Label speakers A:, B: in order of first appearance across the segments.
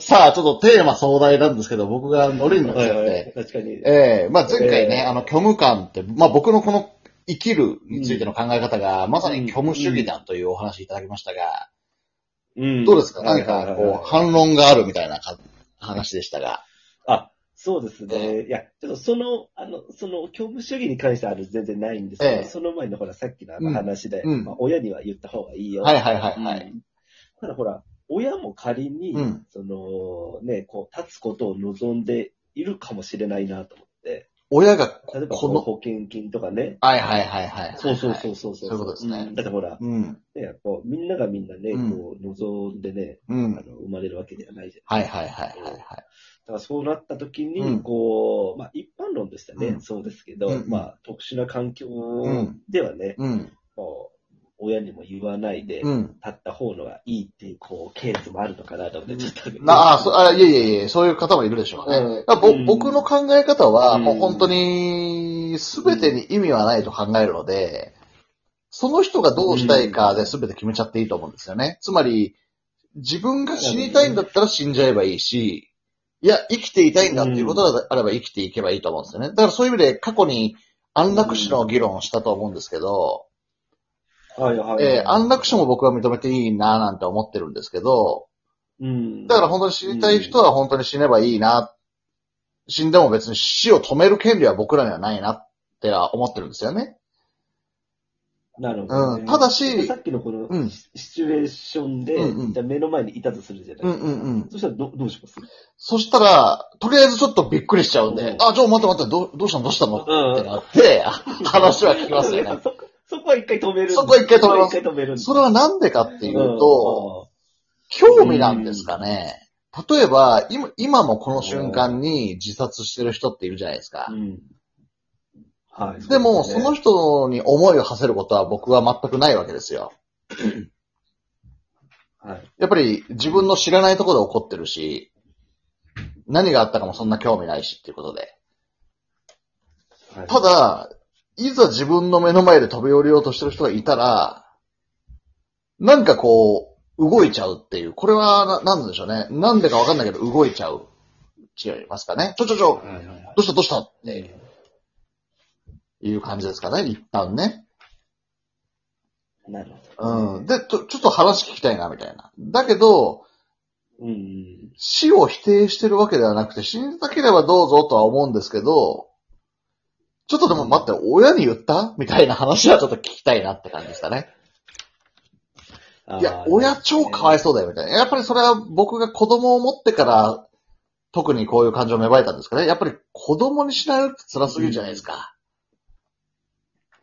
A: さあ、ちょっとテーマ壮大なんですけど、僕がノリに乗っ
B: は
A: ち
B: い
A: ゃっ
B: は
A: て
B: い。。 確かに。
A: ええまあ前回ね、
B: ええ
A: あの、虚無感って、まあ僕のこの生きるについての考え方が、まさに虚無主義だというお話いただきましたが、
B: うん
A: どうですか
B: は
A: 何
B: いはい
A: か
B: はいはい
A: こう、反論があるみたいなか話でしたが。
B: あ、そうですね。いや、ちょっとその、あの、その、恐怖主義に関してはある全然ないんですけど、
A: ええ
B: その前のほら、さっきのあ
A: う
B: の
A: ん
B: 話で、
A: うん
B: まあ、親には言った方がいいよ。
A: はいはいはいはい。
B: うんただほら、親も仮に、
A: うん
B: その、ね、こう、立つことを望んでいるかもしれないなと思って、
A: 親がこ、
B: 例えば
A: こ
B: この
A: の、
B: 保険金とかね、
A: はいはいはいはい。
B: そうそうそうそう
A: そういうことですね
B: んだってほら、
A: うん。
B: ね、こう、みんながみんなね、
A: うん
B: こう、望んでね、
A: う
B: あ
A: ん。
B: の、生まれるわけではないじゃん
A: はいはいはいはいはい。
B: だからそうなった時
A: う
B: に、
A: ん
B: こう、まあ一般論としてはね、
A: うん
B: そうですけど、
A: うん
B: まあ特殊な環境
A: ん
B: ではね、
A: うん。
B: こう親にも言わないで、
A: うん。
B: 立った方のがいいっていう、こう、ケースもあるのかなと思って、ちょっとね。
A: なあ、そあ、いえいえいえ、そういう方もいるでしょうね。
B: うん
A: だからぼ
B: うん
A: 僕の考え方は、
B: うん
A: もう本当に、すべてに意味はないと考えるので、その人がどうしたいかで全て決めちゃっていいと思うんですよね。つまり、自分が死にたいんだったら死んじゃえばいいし、いや、生きていたいんだっていうことであれば生きていけばいいと思うんですよね。だからそういう意味で過去に安楽死の議論をしたと思うんですけど、
B: はいはいはい。
A: えー安楽死も僕は認めていいなぁなんて思ってるんですけど、
B: うん。
A: だから本当に死にたい人は本当に死ねばいいな。死んでも別に死を止める権利は僕らにはないなっては思ってるんですよね。
B: なるほどね、
A: うんただし
B: さっきのこの、
A: うん
B: シシチュエーションで、
A: うんうん
B: じゃあ目の前にいたとするじゃないですか。
A: ん。
B: そしたらど、どうします
A: そしたら、とりあえずちょっとびっくりしちゃうんで、
B: うん
A: あ、ちょ、待って待って、どうどうしたのどうしたの
B: う
A: ってなって、話は聞きますよね。
B: そこ、そこは一回止める。
A: そこは一回止めます
B: そこは一回止めるんだ
A: それはなんでかっていうと、
B: うん
A: 興味なんですかね。例えば、今、今もこの瞬間に自殺してる人っているじゃないですか。
B: うんはい。
A: でも、
B: う
A: そ
B: すね
A: の人に思いを馳せることは僕は全くないわけですよ。
B: はい。
A: やっぱり自分の知らないところで起こってるし、何があったかもそんな興味ないしっていうことで。
B: はい
A: た、だ、いざ自分の目の前で飛び降りようとしてる人がいたら、なんかこう、動いちゃうっていう。これはな、なんでしょうね。なんでかわかんないけど、動いちゃう。違いますかね。ちょちょちょ、
B: はいはい
A: ど
B: は
A: うしたどうしたっ
B: い。
A: ていう感じですかね、一旦ね。
B: なるほど。
A: うん。で、ちょ、ちょっと話聞きたいな、みたいな。だけど、
B: うん。
A: 死を否定してるわけではなくて、死にたければどうぞとは思うんですけど、ちょっとでも待って、親に言ったみたいな話はちょっと聞きたいなって感じですかね。
B: あー
A: いや、親超かわいそうだよみたいな。やっぱりそれは僕が子供を持ってから、特にこういう感情芽生えたんですかね。やっぱり子供にしないって辛すぎるじゃないですか。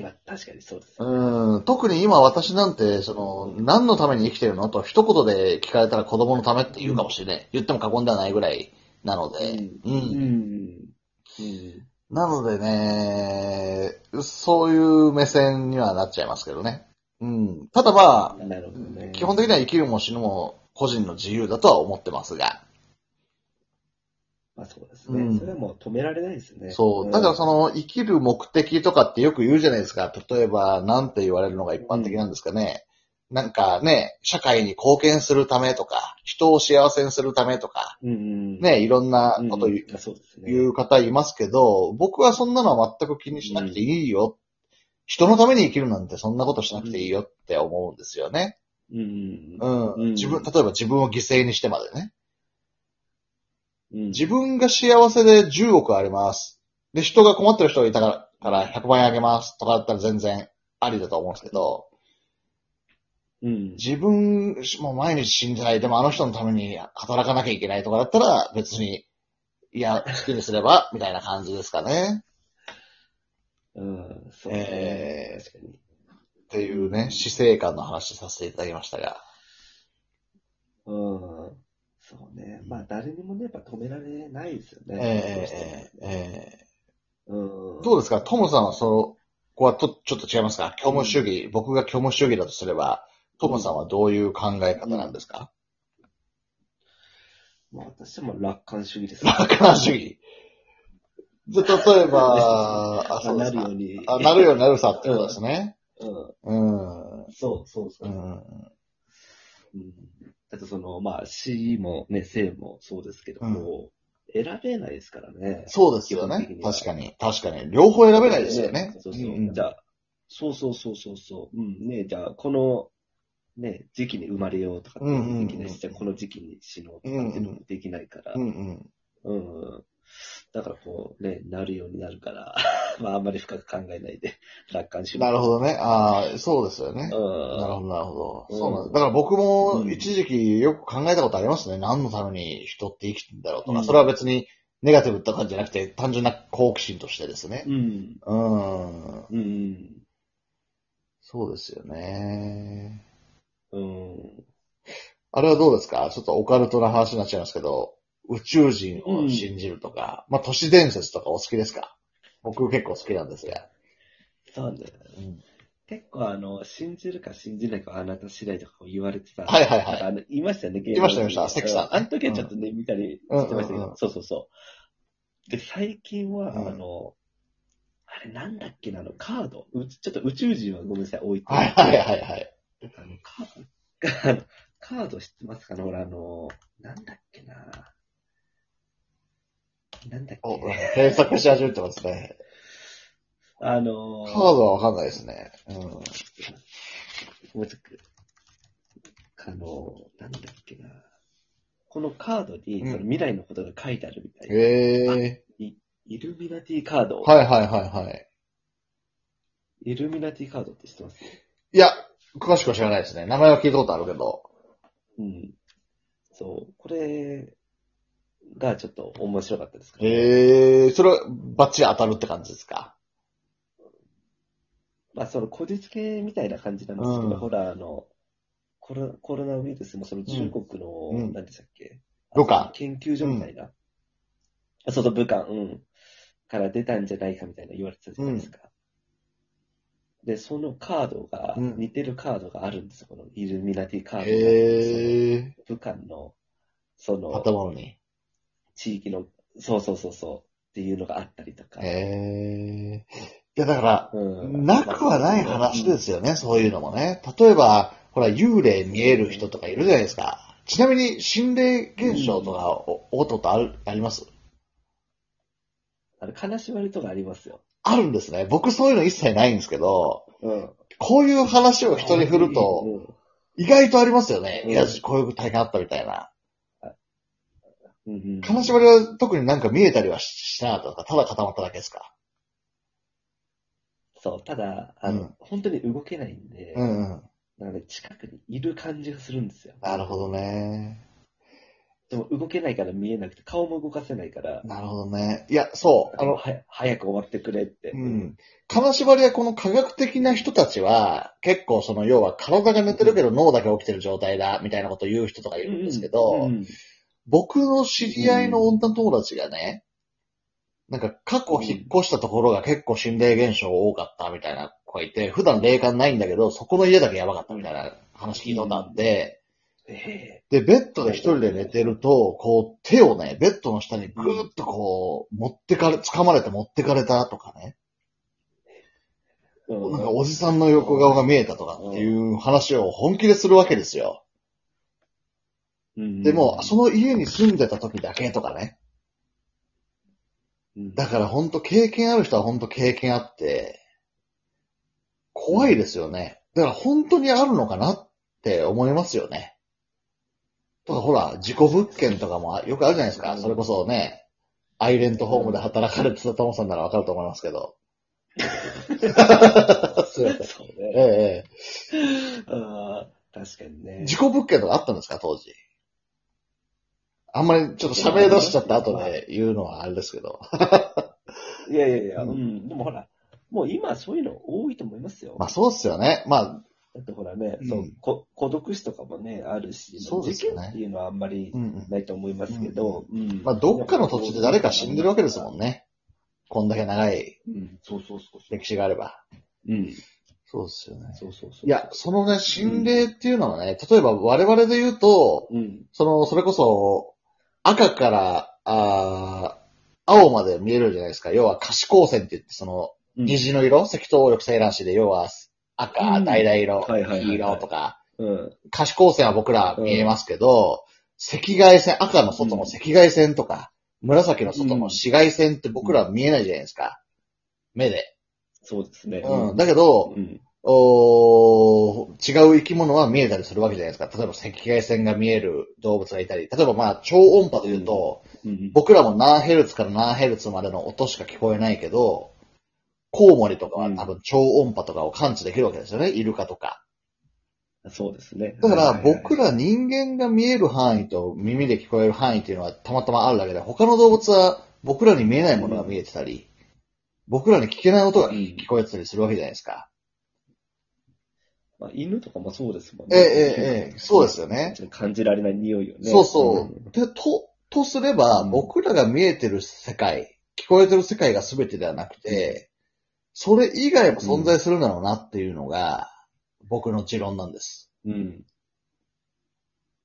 B: まあ確かにそうです。
A: うん、特に今私なんて、その、何のために生きてるのと一言で聞かれたら子供のためって言うかもしれない。言っても過言ではないぐらいなので。
B: うん。う
A: うん
B: ん。うん
A: なのでね、そういう目線にはなっちゃいますけどね。うん。ただま
B: なるほど
A: あ
B: ね。、
A: 基本的には生きるも死ぬも個人の自由だとは思ってますが。
B: まあそうです
A: うん
B: ね。それはもう止められないですね。
A: そう。
B: ん
A: だからそ、の生きる目的とかってよく言うじゃないですか。例えば、なんて言われるのが一般的なんですかね。なんかね、社会に貢献するためとか、人を幸せにするためとか、
B: うんうん。
A: ね、いろんな
B: うん、
A: こと言う
B: あそうですね。
A: いう方いますけど、僕はそんなのは全く気にしなくていいよ。人のために生きるなんてそんなことしなくていいよって思うんですよね。
B: うん。
A: うん。
B: うん
A: 自分、例えば自分を犠牲にしてまでね。
B: うん
A: 自分が幸せで10億あります。で、人が困ってる人がいたからから100万円あげますとかだったら全然ありだと思うんですけど、
B: うん。
A: 自分、もう毎日死んでない、でもあの人のために働かなきゃいけないとかだったら別に、いや、好きにすれば、みたいな感じですかね。
B: うん。そうで
A: え
B: すね。確かに。
A: っていうね、死生観の話させていただきましたが。
B: うん。そうね。まあ誰にもね、やっぱ止められないですよね。どうしても
A: ええええ
B: うん
A: どうですかトムさんはその、ここはとちょっと違いますか虚無主義、僕が虚無主義だとすれば、トムさんはどういう考え方なんですか、
B: まあ、私はもう楽観主義です。
A: 楽観主義。じゃ例えば、 あ、
B: ま
A: そ
B: あ
A: うで
B: な
A: す
B: るよ
A: か
B: う。に。
A: あなるようになるさってことですね。 う
B: うん。
A: ん。うん。
B: そうそうそう。
A: うん
B: うんだとその、まあ、C もね、生もそうですけど、もう選べないですからね。
A: そうですよね。確かに。確かに。両方選べないですよね。
B: そうそう。じゃあ、そうそうそうそうそう。うん、ね、じゃあ、この、ね、時期に生まれようとかって
A: うんうんうん
B: できないし、じゃあこの時期に死のうとかっていうのもできないから、
A: うんうん。
B: うん。だからこう、ね、なるようになるから、 まああんまり深く考えないで、楽観し
A: なる
B: ほ
A: ほどね。ああ、そうですよね。
B: ど。うん。
A: なるほど、なるほど。
B: うん
A: そうなんです。だから僕も
B: うん
A: 一時期よく考えたことありますね。何のために人って生きてんだろうとか、
B: うん
A: それは別にネガティブとかじゃなくて、単純な好奇心としてですね。
B: うん。
A: うん。
B: うん。
A: そうですよね。
B: うん。
A: あれはどうですかちょっとオカルトな話になっちゃいますけど、宇宙人を信じるとか、まあ都市伝説とかお好きですか僕結構好きなんですが。
B: そうね。結構あの、信じるか信じないかはあなた次第とかこう言われてた。
A: はいはいはい
B: なんかあの、いましたよね、ゲ
A: いましたいました
B: ゲーム
A: 関さんね
B: あの時はちょっとね、見たりしてましたけ
A: うんうんう
B: ど
A: ん、
B: そうそうそう。で、最近は、
A: うん
B: あの、あれなんだっけな、あの、カード。うちちょっと宇宙人はごめんなさい、置いてお
A: はいい
B: て。
A: はいはいはい。
B: あの、カード、カード知ってますかねほら、あの、なんだっけな。なんだっ
A: お、
B: け。
A: 検索し始めてますね。
B: あ
A: カ
B: の、
A: ードはわかんないですね。うん。
B: もうちょっと、あの、なんだっけな。このカードに、
A: うん
B: その未来のことが書いてあるみたいな。
A: ええ
B: イルミナティカード。
A: はいはいはいはい。
B: イルミナティカードって知ってます
A: いや、詳しくは知らないですね。名前は聞いたことあるけど。
B: うん。そう。これがちょっと面白かったですかね。
A: ええそれはバッチリ当たるって感じですか
B: まあ、その、こじつけみたいな感じなんですけど、
A: うん
B: ほら、あの、コロコロナウイルスもその中国の、
A: うんうん
B: 何でしたっけ
A: 武漢
B: 研究所みたいな。あそうそう、武漢、うん。から出たんじゃないかみたいな言われてたじゃないですか。で、そのカードが、
A: うん
B: 似てるカードがあるんですよ、このイルミナティカードが。
A: ええ
B: その武漢の、その、
A: 頭に。
B: 地域の、そうそうそうそう、っていうのがあったりとか。
A: ええいやだから、
B: うん
A: なくはない話ですよね、そういうのもね。例えば、ほら、幽霊見える人とかいるじゃないですか。ちなみに、心霊現象とか、お、おととある、あります
B: あの、悲しまれとかありますよ。
A: あるんですね。僕そういうの一切ないんですけど、
B: うん。
A: こういう話を人に振ると、
B: うん
A: 意外とありますよね。
B: うん
A: いや、こういう体験あったみたいな。
B: うんうん、
A: 金縛りは特になんか見えたりはししなかったとか、ただ固まっただけですか。
B: そう、ただ、あの、
A: うん
B: 本当に動けないんで、
A: うんうん。
B: なので近くにいる感じがするんですよ。
A: なるほどね。
B: でも動けないから見えなくて、顔も動かせないから、
A: なるほどね。いや、そう。あ
B: あの、
A: の、
B: は早く終わってくれって。
A: うん。金縛りはこの科学的な人たちは、結構その、要は体が寝てるけど脳だけ起きてる状態だ、みたいなことを言う人とかいるんですけど、
B: うんうん
A: 僕の知り合いの女友達がね、なんか過去引っ越したところが結構心霊現象多かったみたいな子がいて、普段霊感ないんだけど、そこの家だけやばかったみたいな話聞いたことあって、
B: え
A: で、ベッドで一人で寝てると、こう手をね、ベッドの下にぐーっとこう、持ってかれ、掴まれて持ってかれたとかね、
B: えうん
A: なんかおじさんの横顔が見えたとかっていう話を本気でするわけですよ。
B: うん
A: でも、その家に住んでた時だけとかね、
B: うん
A: だから本当経験ある人は本当経験あって、怖いですよね。だから本当にあるのかなって思いますよね。とかほら、事故物件とかもあよくあるじゃないですか。それこそね、アイレントホームで働かれてたともさんならわかると思いますけど。すいません。
B: そう
A: え
B: ね。
A: ええ
B: あー確かに
A: え、
B: ね。
A: 事故物件とかあったんですか、当時。あんまりちょっと喋り出しちゃった後で言うのはあれですけど。
B: いやいやいや、
A: う
B: うんん。でもほら、もう今そういうの多いと思いますよ。
A: まあそうっすよね。まあ、
B: だってほらね、
A: うん
B: そうこ孤独死とかもね、あるし、
A: そうですよね
B: 事件っていうのはあんまり
A: うんうん。
B: ないと思いますけど、うん
A: まあ、どっかの土地で誰か死んでるわけですもんね。こんだけ長い
B: うん、そうそうそうそう。
A: 歴史があれば。
B: うん、
A: そうですよね。
B: そうそうそう。
A: いや、、そのね、心霊っていうのはね、例えば我々で言うと、
B: うん、
A: その、それこそ、赤から、あー青まで見えるじゃないですか。要は可視光線って言って、その、
B: うん
A: 虹の色、赤頭緑青卵子で、要は赤、
B: うん
A: 橙色
B: はいはいはいは、い
A: 黄色とか、
B: うん。
A: 可視光線は僕ら見えますけど、赤外線、赤の外の赤外線とか、紫の外の紫外線って僕らは見えないじゃないですか。目で。
B: そうですね。
A: うん。だけど、
B: うん。
A: おー違う生き物は見えたりするわけじゃないですか。例えば赤外線が見える動物がいたり、例えばまあ超音波で言うと、
B: うん。
A: 僕らも何ヘルツから何ヘルツまでの音しか聞こえないけど、コウモリとかは多分超音波とかを感知できるわけですよね。イルカとか。
B: そうですね。
A: だから
B: はいはいはい
A: 僕ら人間が見える範囲と耳で聞こえる範囲っていうのはたまたまあるだけで、他の動物は僕らに見えないものが見えてたり、僕らに聞けない音が
B: うん
A: 聞こえてたりするわけじゃないですか。
B: まあ、犬とかもそうですもん
A: ええええええそうですよね。
B: 感じられない匂いよね。
A: そうそ
B: ん
A: う。で、と、とすれば、
B: うん
A: 僕らが見えてる世界、聞こえてる世界が全てではなくて、それ以外も存在するんだろうなっていうのが、僕の持論なんです。
B: うん。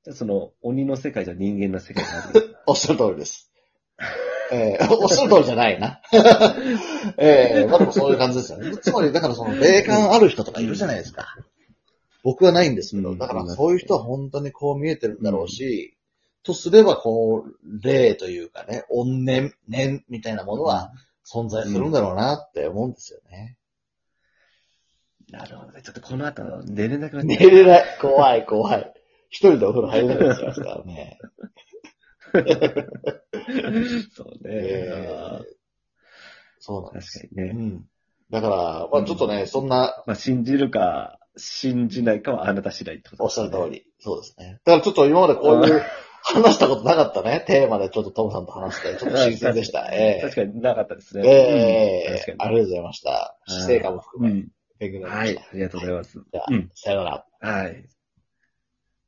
B: でその、鬼の世界と人間の世界がある。
A: おっしゃる通りです。ええおっしゃる通りじゃないな。 ええまあでもそういう感じですよね。つまり、だからその霊感ある人とかいるじゃないですか。僕はないんですけ
B: う
A: ど、
B: ん
A: だからそういう人は本当にこう見えてるんだろうし、とすればこう、霊というかね、怨念、念みたいなものは存在するんだろうなって思うんですよね。
B: なるほどね。ちょっとこの後、寝れなくなっ
A: 寝
B: ちゃう。
A: れない。怖い、怖い。一人でお風呂入れなくなっちゃいますからね。
B: そう
A: え
B: ね。あ
A: え そうなん
B: ー
A: で
B: 確
A: す。
B: かにね。
A: うん。だから、まあちょっとね、
B: うん
A: そんな
B: まあ、信じるか、信じないかはあなた次第ってこと
A: おっしゃる通
B: り。
A: り。そうですね。だからちょっと今までこういう話したことなかったね、 テーマでちょっとトムさんと話して、ちょっと新鮮でした。え
B: 確かになかったです
A: え
B: ね。
A: ええ
B: うん確
A: あ
B: か
A: りがとうございました。
B: はい
A: 死生観も含
B: に。う
A: め、
B: ん。
A: 勉強になり
B: は
A: まし
B: い
A: た。。
B: ありがとうございます。
A: じゃあ
B: うん
A: さよなら。
B: はい。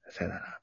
B: さよなら。